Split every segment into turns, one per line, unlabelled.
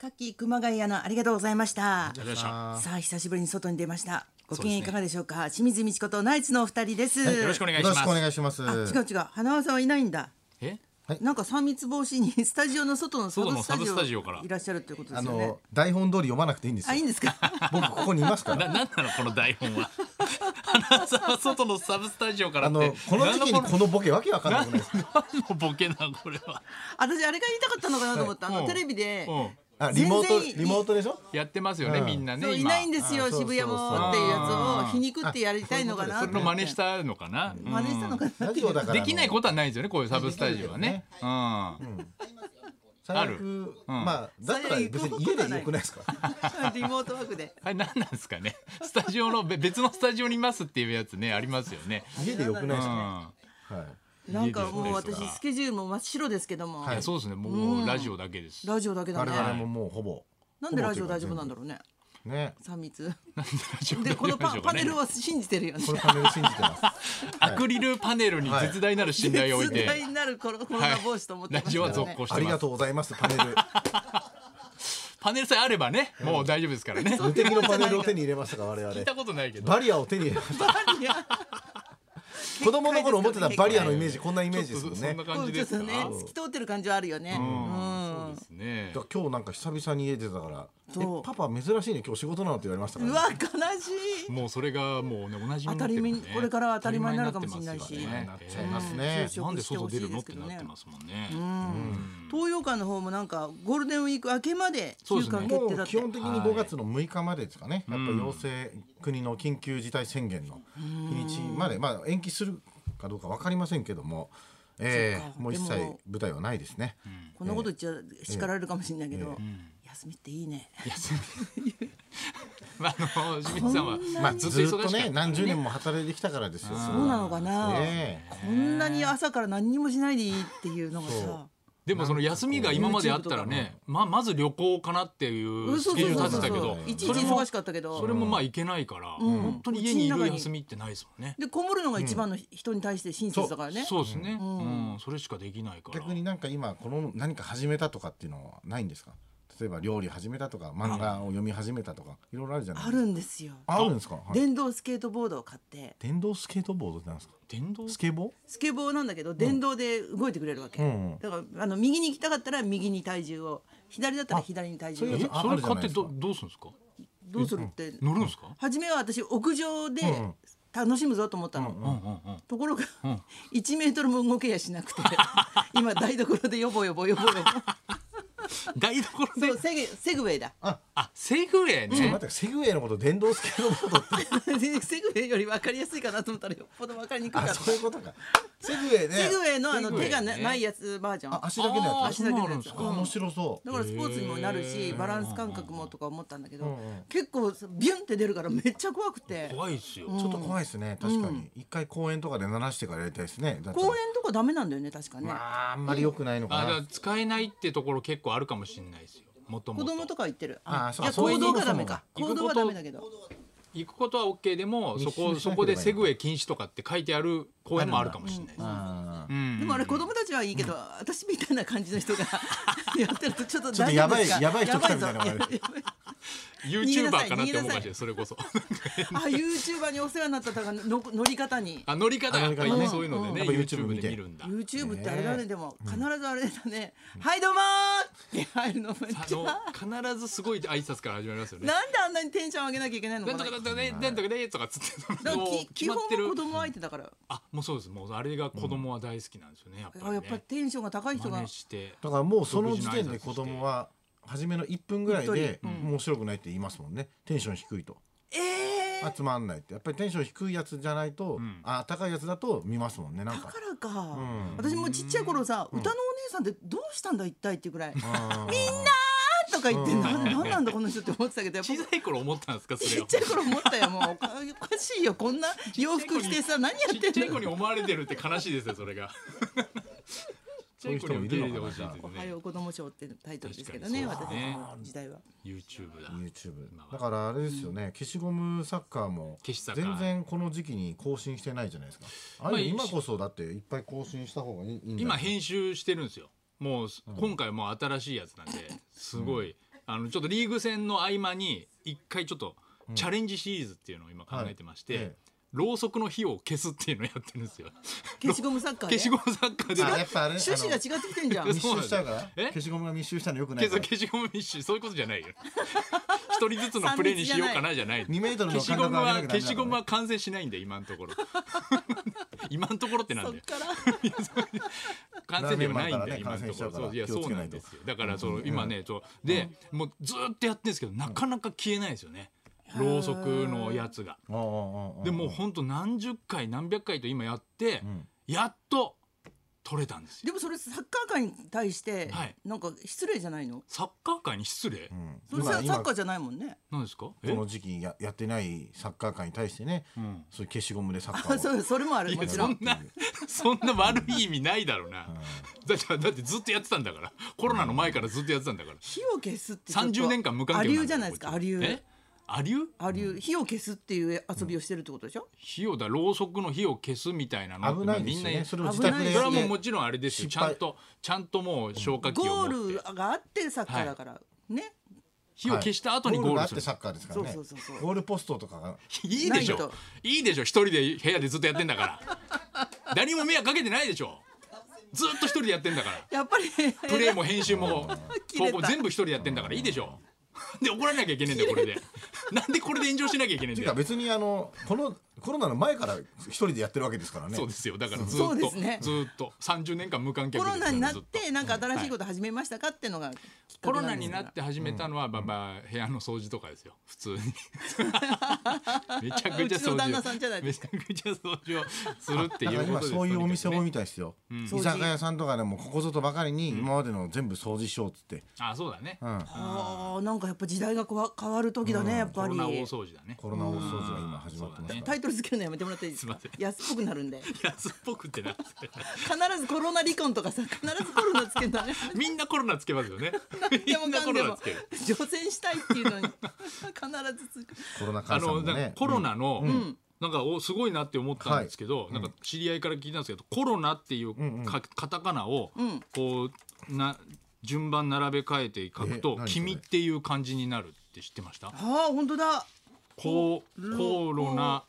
かき熊谷のありがとうございました
りがとうございました
さあ久しぶりに外に出ましたご機
そうです
嫌い
ね
かがでしょうか清水美智子とナイツのお二人です、
よろしくお願い
よ
し
ろ
ま
しくお
す。
願いします。
あ違う違う花輪さんはいないんだ
え、
なんか三密防止に スタジオの外のサブスタ
外のサブ
ジ
スタジオ
オ
から
いらっしゃるということで
あ
すよね
の台本通り読まなくていいんです
あいい
よ
ん。ですか
僕ここにいますから。
な、なんなのこの台本は。花沢外のサブスタジオから
あ
って。
のこの時期に
何
このボケわけわかんなくないです。
何のボケなのこれは。
私あれが言いたかったのかなと思った、あ
う
の
ん
テレビで、
うん。
あリモ
全然い
ー
い
トリモートでしょ。
やってますよね、
うん
みんなね。
そう
今
いないんです
あ
よ
そう
渋谷
そう
も
そう
っていうやつを
あー
皮肉ってやりたいのかな
あ
そ
と
れ
思
の
って
真似したのかな。
真似したのかな
ラジオだから
できないことはないですよね、こういうサブスタジオはね。うん。
最悪まあだったら別に家でよくないですか。
リモートワークで
あれ何なんですかね。スタジオのべ別のスタジオにいますっていうやつね、ありますよね。
家でよくないで
う
す
ん。
か。はい。
なんかもう
家でやってる
私
人が
スケジュールも真っ白ですけども、
いやそうですね、もうラジオだけです。
ラジオだけだ
我
ね
々ももうほぼ。
なんでラジオ大丈夫なん
だ。
だろうね
ね。
三密
ラジオ
でこのパ
ラジオ
パ
がね
ネルを信じてるよね
このパネル信じてます。
アクリルパネルに絶大なる信頼を置いて
絶。対になるコロコロナ防止と思ってま
ラ
すけ
ジ
ど
オは
ね、
続行し
あ
て
り
ま
が
す
とうございます パネル。
パネルさえあればねもう大丈夫ですからね聞
無敵のパネルを手に入れましたか我々。
いたことないけど
バリアを手に入れました。子供の頃思ってたバリアのイメージこんなイメージですもん
そ
ね
んな。
こ
感
う
じ
ちょっ
で
と
すか
ね透き通ってる感じはあるよねうん
そうですね
だから今日なんか久々に家出てたから「
そう
えパパ珍しいね今日仕事なの?」って言われましたか
う
ら、
わ悲しい
もうそれがもうね同じ
当たり前これからは当たり前になるかもしれないし
なっちゃいますね、
就職
なんで
して
外
ほし
出
い
るの
で
っ
すけ
て
ど
なっ
ね
てますもんね
東洋館の方もなんかゴールデンウィーク明けまで
そう
休
ですね
館
も
決定だ
う
っ
基
て
本的に5月の6日までですかね、やっぱ要請国の緊急事態宣言の日にちまで、まあ、延期するかどうか分かりませんけども、え
そうか
ー、もう一切
でも
舞台はないですね、
こんなこと言っちゃ叱られるかもしれないけど休みっていいね
まああの清水さんは
まあ、
ず
ず
っと
っ
忙
と
し
ね
い
何十年も働いてきたからですよ、それは
そうなのかな
ねえ
こんなに朝から何にもしないでいいっていうのがさ
でもその休みが今まであったらねままず旅行かなっていうスケジュール立ってたけど
いちいち忙しかったけど
それもまあ行けないから本当に家にいる休みってないですもんね
でこもるのが一番の人に対して親切だからね
そうですねうんそれしかできないから
逆になんか今この何か始めたとかっていうのはないんですか例えば料理始めたとか漫画を読み始めたとかいろいろあるじゃない
あ
ですか
るんですよ
あるんですか、はい
電動スケートボードを買って
電動スケートボードってなんですか
電動
スケボー
スケボーなんだけど電動で動いてくれるわけ、
うんうん
だからあの右に行きたかったら右に体重を左だったら左に体重
そう
を
いうやつあ
そ
あ
れ
るじゃ
買
な
って
いですか
どどうするんですか
どうするって、
乗るんですか
初めは私屋上で
うん
楽しむぞと思ったの、
うんうんうん
ところが、1メートルも動けやしなくて今台所でヨボヨボヨボヨ
台所
ボ
で
そうセグセグウェイだ
あセグウェイ
ちょっと
ね
待ってセグウェイのこと電動スケートボードって
セグウェイより分かりやすいかなと思ったらよっぽど分かりにくいか
あ
ら
そういうことかセグウェイね
セグウェイのあの
セグウェ
手
イね
がなないやつバージョン
あ足だけの
あ
やつ
足だけのやつ
そう
あ面白そう
だからスポーツにもなる
へ
し
ー
バランス感覚もとか思ったんだけど、
うんうん
結構ビュンって出るからめっちゃ怖くて
怖いっすよ
ちょっと怖いですね確かに一回公園とかで鳴らしてからやりたいですねだったら
公園とかダメなんだよね確かね、
まああんまり良くないの
あ
か
だか
な
ら使えないってところ結構あるかもしれないですよもとも
子供
と
とか行ってる
あーそ
い
う
や
そう
行動がダメか
そう
行動はダメだけど
行くことは OK でもそこ
密集し
そ
なければ
こ
いい
でセグウェイ禁止とかって書いてある公園もあるかもしれないです
あー
うん
でもあれ子供たちはいいけど、私みたいな感じの人が やってるとちょっと
ちょっと
大丈
や
夫
ば
で
い
すか
やばい人来たみ
ぞ
たいな感じ
やばい逃げ
YouTuber
なさい
かなっ
逃げ
て思うか
なさ
もしれないそれこそ
あユーチューバーにお世話になったとかの乗り方に
あ乗り方
あ乗り方
や
ね
っぱりそういうのでね
うん
YouTube で見るんだ
YouTube ってあれだねでも必ずあれだね「はいどうもー!」って入るのめっ
あ
ちゃ
の必ずすごい挨拶から始まりますよね
なんであんなにテンション上げなきゃいけないの
な
か
んと
な
かなんとかねなんとかねとかつって
だから
もう
き基
決ま
本
っ
は
てる
子供相手だから、
あもうそうですもうあれが子供は大好きなんですよねやっぱり、
あ
ね、
やっぱりテンションが高い人
真
が
似して
だからもうその時点で子供は初めの1分ぐらいで面白くないって言いますもんねテンション低いと
ええー、
集まんないってやっぱりテンション低いやつじゃないと、
ん
あ高いやつだと見ますもんねなん
だ
か
からか、
ん
私もちっちゃい頃さ、歌のお姉さんってどうしたんだ一体っていうくらい「あ
みんな
ーとか言って、
うん
ななんなんだこの人って思ってたけどやっぱ
小さい頃思ったんですかそれ
ちっ
を
ちゃい頃思ったよもうおかおかしいよこんな洋服着てさ何やっ
ち
て
っちゃ
ん
い子
の
に思われてるって悲しいですよそれがちっちゃい子に受け入れてほしいです
おは
ね
よう子供賞っていうタイトルですけどね
確
私
か
た
に
ち
そうですね
の時代は
YouTube だ
YouTube
は
だからあれですよね、消しゴムサッカーも
消しサッカー
全然この時期に更新してないじゃないですかあ
まあ
れ今こそだっていっぱい更新した方がいいいいんだよ
今編集してるんですよもう、今回もう新しいやつなんですごいあのちょっとリーグ戦の合間に一回ちょっとチャレンジシリーズっていうのを今考えてまして、
はいええ
ろうそくの火を消すっていうのをやってるんですよ。
消しゴムサッカー、ね。
消しゴムサッカーで
あやっぱあれ
趣旨が違ってきてんじゃん。
あの
い
密集したから
え
消しゴムが密集したのよくない
消
から
消しゴム一種そういうことじ ゃないよ。一人ずつのプレーにしようかなじゃない。
2メートルの
消しゴムは消しゴム
は
は完成しないんで今のところ。 今のところってなんだよ。完成ではないんだよ
ラーメンマ
今
ンからね
のところ。
感染しちゃうから
そういや
気をつ
そう
け
な
なんいと
ですよ。だからその今ねそうでもうずーっとやってるんですけどなかなか消えないですよね。ろうそくのやつが。でもうほんと何十回何百回と今やって
ん
やっと取れたんですよ。
でもそれサッカー界に対して
はい
なんか失礼じゃないの？
サッカー界に失礼。
それさサッカーじゃないもんね。
なんですか？え
この時期ややってないサッカー界に対してね、そういう消しゴムでサッカ
あ、
ーを
そうそれもある
い
も
や
ちろ
そ
ん
ん。なそんな悪い意味ないだろうな、だってだってずっとやってたんだからコロナの前からずっとやってたんだから、
火を消すってちょっと
30年間無観
ア
客
リ
な
ュ
ん
ー
だ
じゃないですか
こ
ア
つ
リュー
えアリュー
アリュー火を消すっていう遊びをしてるってことでしょ？
火をだろうそくの火を消すみたいなのって
危ないで
み
す
ん
よ
な
ね
や
そ
そ
れ
れ
を自宅
危な
で
い
はもうもちろんあれですよち
失
ゃ
敗
んとちゃんともう消火器
ゴ
を持って
ールがあってサッカーだからね。
火を消した後に
ゴー
ゴ
ル
ー
があ
ル
っ
す
て
る、
サッカーですからね
そうそうそうそう
ゴールポストとかが
いいでし
ない
ょ
と
いいでしょ一人で部屋でずっとやってんだから誰にも迷惑かけてないでしょずっと一人でやってんだから
やっぱり
プレーも編集も
切れ
投
た
稿全部一人でやってんだからいいでしょで怒られなきゃいけねえんだよこ れでなんでこれで炎上しなきゃいけねえん
て
だ
か
よ
別にあのこのコロナの前から一人でやってるわけですからね
そうですよだからずっ
そうで
と、
すね
ずっと30年間無観客
コ
です
ロナになっ
ずと
てなんか新しいこと始めましたかっていうのがきっ
コ
か
ロ
け
ナ
んで
に
すか
な
ら
って始めたのは、まあまあ部屋の掃除とかですよ普 通にめちゃくちゃ
うちの旦
掃除
那
を
さんじゃない
めちゃくちゃ掃除をするって
だ
い
から
うこと
今
です
そういうお店
とに
多
かくね
いみたいですよ、居
掃除
酒屋さんとかでもここぞとばかりに今までの全部掃除しようっつって、
あそうだね、
うん
あーなんかやっぱ時代がこわ変わる時だね、やっ
コ
ぱ
ロ
り
ナ大掃除だね
コロナ大掃除が今始まってますから、
タイトル付けるのやめてもらっていいですか
すいま
安っぽくなるんで
安っぽくってなって
必ずコロナ離婚とかさ必ずコロナつけるんだね
みんなコロナつけますよねみ
でも
んな
か
コ
んで
ロナ
も
つける
除染したいっていう のに必ずつく
コロナ
あ
感
の
染も
なんか
ね
コロナの、なんかおすごいなって思ったんですけど、
はい
なんか知り合いから聞いたんですけど、コロナっていうか、カタカナをこうな順番並べ替えて書く
え
と
何
「
それ
君」っていう漢字になるって知ってました
ああ本当だ
ココロナ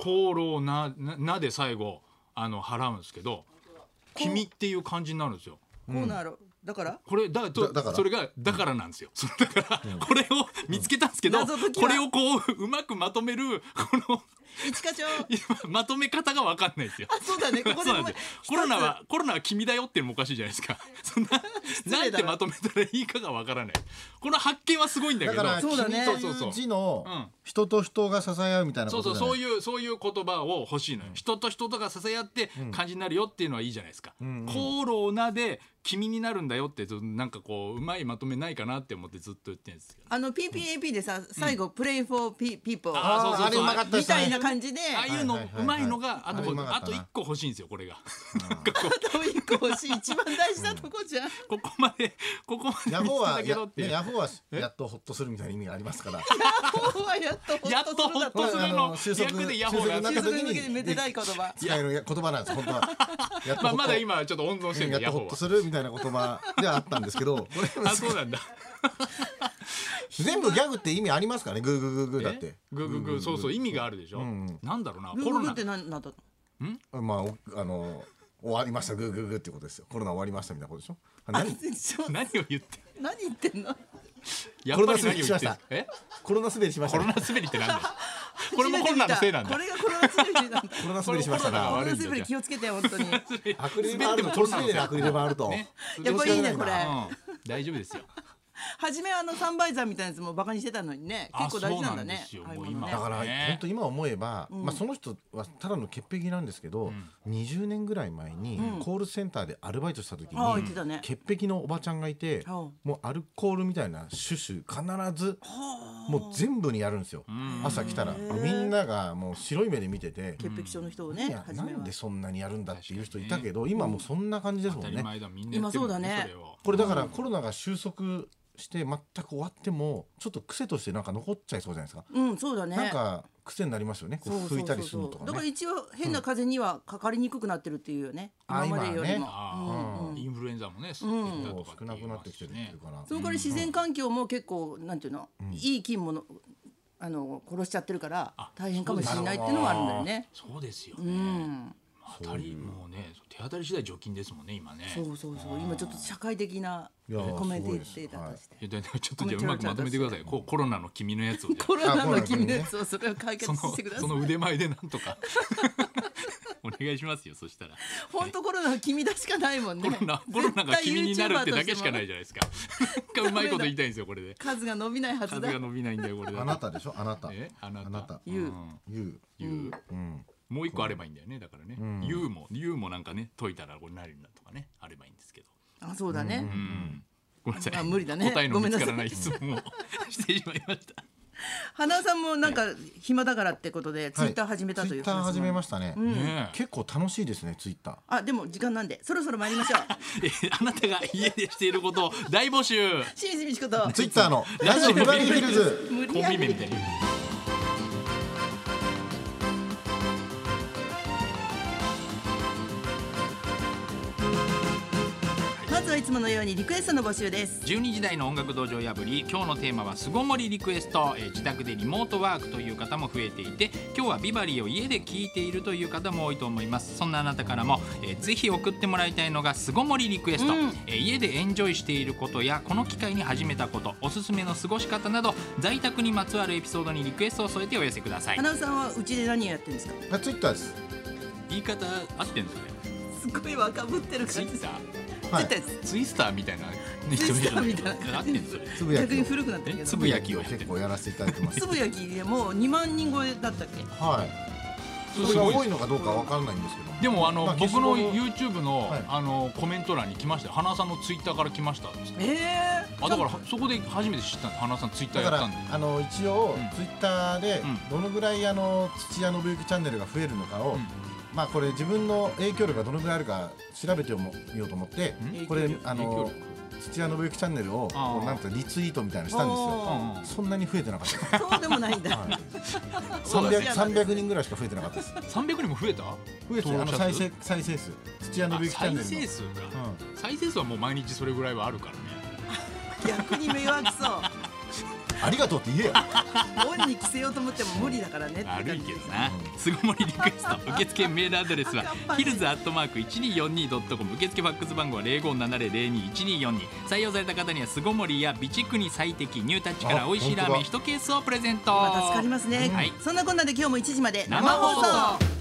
コロナななで最後あの払うんですけど「君」っていう漢字になるんですよ。
コーナーある、だから
これだと
だだから
それがだからなんですよ、それだから、これを見つけたんですけど、
謎解きは
これをこううまくまとめるこの
一課長
今まとめ方が分かんないですよ。
そうだねここで
そ
ごめ
うなん
ん
ですよ
一つ
コロナはコロナは君だよっていうのもおかしいじゃないですか。 そんななん
礼だ
て
ろ
まとめたらいいかが分からない。この発見はすごいんだ
だ
けど。
から「
そ
そう
君」
だ
と
ね
いう字の
うん
人と人が支え合うみたいなこ
うそう
とじゃ
そ
な
う
い
いうそういう言葉を欲しいのよ。人と人とが支え合って感じになるよっていうのはいいじゃないですか。コロナで君になるんだよってずなんかこううまいまとめないかなって思ってずっと言ってるんですよ。
あの PPAP でさ最後、Play for Pe- People
あーそうそうそう
あれうまかったで
み
すね
たいな感じで
ああいうの
はいはいはいう
まいのがあと
あれうまか
あ
った
と
な
一個欲しいんですよこれが。
あと一個欲しい一番大事なとこじ ゃん
ここまでここまで
ヤ ホーは
見つけたけ
や
どっていう
ねヤホーはやっとホッとするみたいな意味がありますから
今日はやっと
やっとホッとする
あ
の
の収束
略でヤホーなん
収束
で
収束
に
に
向け
向け
て
て
め
め
で
で
た
た
い言葉
使える言葉なんです本当はやっ
まあまだ
うん
今ちょっと温存してるんだ
やっと
ヤ
ホ
ホ
ッと
ー
するみたいな言葉ではあったんですけどこれ
は。あそうなんだ。
全部ギャグって意味ありますからねグーグーグーグーだっ
え
て
グーグーグーそうそう意味があるでしょ。なんだろうなコ
コロ
ロ
ナ
ナ
って何なんだった
まあおあの終わりましたグーグーグーってことですよコロナ終わりましたみたいなことでしょ
あ
あ何
ちょ
何を言って
何言ってんの
やっぱり
コロナ滑
何
り
を
し
言
ま
っ
してた
るえ
コロナ滑りしまし
コ
た
ロ
ね
ナ滑りってなんだよ。これもコロナのせいなんだ
こ。れがコロナ滑りなんだ
コロナ滑りしました
コロナ
コ
が
が
ロナ
悪いんだ
滑り気をつけて本当に
アクリル
滑って
板で
もコ
もコ
ロ
ロ
ナ
ナ
のせい
のせ
だ
いでアクリル板あると
ね
やっぱいいねこれ
うん大丈夫ですよ。
初めあのサンバイザーみたいなやつもバカにしてたのにね
あ
結構大事なんだね
そう
ああ
なん
いうものね
ですよもう今
だから
ね
本当今思えば、まあ、その人はただの潔癖なんですけど、20年ぐらい前にコールセンターでアルバイトした時に、
ああ言ってたね
潔癖のおばちゃんがいて、
はあ
もうアルコールみたいなシュシュ必ずもう全部にやるんですよ、朝来たらみんながもう白い目で見てて。
潔癖症の人を
い
ね
や
初
な
めは
んでそんなにやるんだっていう人いたけど、今もうそんな感じです
当
も
た
ん
り
ね。
前だみんなやってるもん
今
ね
そうだね
それを。
これだからコロナが収束して全く終わってもちょっと癖としてなんか残っちゃいそうじゃないですか、
うんそうだね
なんか癖になりますよねこう
そうそう
拭いたりす
そ
る
う
の
そ
と
うだ
か
から
ね
一応変な風にはかかりにくくなってるっていうよね
あ
今までより
今
も
ね
あ
うん
インフルエンザもね、少
少なくなってきてるっていうから、
その代わり自然環境も結構なんていうの、いい菌ものあの殺しちゃってるから
あ
大変かもしれないっていうのはあるんだよね。
そうですよ
う
ね。
ん、
当たりもうね手当たり次第除菌ですもんね今ね。
そうそうそう今ちょっと社会的ない
やー
コメンテ
すごいです
ーターとして。
いやだからちょっとじゃあうまくまとめてください。こうコロナの君のやつをじゃあ
コロナ
あコロナ
の
の君
君
ね
ね、そうそれを解
そ
決
の
してくださ
そ
い。
の腕前でなんと かお願いしますよ。そしたら
本当コロナの君だしかないもん
コ
ね。。
ロナコロナが君になるってだけしかないいじゃないですか。なんかうまいこと言いたいんですよこれで。
数が伸びないはず
数
だ
が。伸びないんだよこれだと
あなたでしょあなた
えあなた
あなた
言う
うん
言
言う
うん
もう一個あればいいんだよねだからね
ん
「U」も「U」もなんかね解いたらこれなるんだとかねあればいいんですけど
あ、そうだね。
うんごめんなさ
あ
い
無理だね
答えの
ごめ
見
ん
つ
なさ
か
い
らない質問を してしまいました
花さんもなんか暇だからってことでツイッター始めたという
ツイッター始めま
し
したね、
ねえ
結構楽しいですねツイッター
た。あ、でも時間なんで、そろそろ参りまし ょう。
えあなたが家でしていることを大募集
清水美智子と。
ツイッターのラジオブラリーヒルズ
無
コ
理
ン
や
ビ名み
り
たいに
まずはいつものようにリクエストの募集です。
12時台の音楽道場破り今日のテーマは「巣ごもりリクエスト」えー自宅でリモートワークという方も増えていて今日はビバリーを家で聞いているという方も多いと思いますそんなあなたからも、えーぜひ送ってもらいたいのが「巣ごもりリクエスト」
うん
えー家でエンジョイしていることやこの機会に始めたことおすすめの過ごし方など在宅にまつわるエピソードにリクエストを添えてお寄せください
花さんはうちで何をやってるんですか。
あツイッターです
言い方合ってんですかね
すごい若ぶってる
ツイ
感じ
ッタ
だ。
ー
はい
絶対です
ツイスターみたいな
ツイスターみたいな
合ってんですよ
つぶや
逆
き
に
を
古くなってるけど。
え
つ
つ
ぶ
ぶ
や
や
き
き
を
を
結構やらせていただいてます
つぶやきでもう2万人超えだったっけ。
はい
そう
それ
す
が
ごい
多いのかどうかわからないんですけど
でもあの、
まあ
僕
消しゴ
の
ム
YouTube の、
はい
あのコメント欄に来ましたよ花さんのツイッターから来ましたっつって
ええー。
あだからそこで初めて知ったんで花さんツイッタ
だ
ー
か
やっ
ら
たんで
あの一応
うん
ツイッターで
うん
どのぐらいあの土屋信之チャンネルが増えるのかを、
うん
まあこれ自分の影響力がどのぐらいあるか調べてみようと思って
ん
これあの
影響力
土屋信之チャンネルを
あ
こう
ー
なんかリツイートみたいなのしたんですよ
うんうん
そんなに増えてなかったです、
そうでもないんだ。
はい、
そうだね
300, 300人ぐらいしか増えてなかったです
300人も増えた
増えて
登
あの
録者数
再生再生数土屋
あ
信之チャン
再
ネルの
生数か、再生数はもう毎日それぐらいはあるからね
逆に迷惑そう。
うん、ありがとうって言えよ
オンに着せようと思っても無理だからねって感じ
悪いけどな巣ごもりリクエスト受付メールアドレ スは
赤っ恥
ヒルズアットマーク 1242.com 受付ファックス番号は0570021242採用された方には巣ごもりや備蓄に最適ニュータッチから美味しいラーメン
あ本
1ケースをプレゼント
まあ助かりますね、
はい
そんなこんなで今日も1時まで
生放送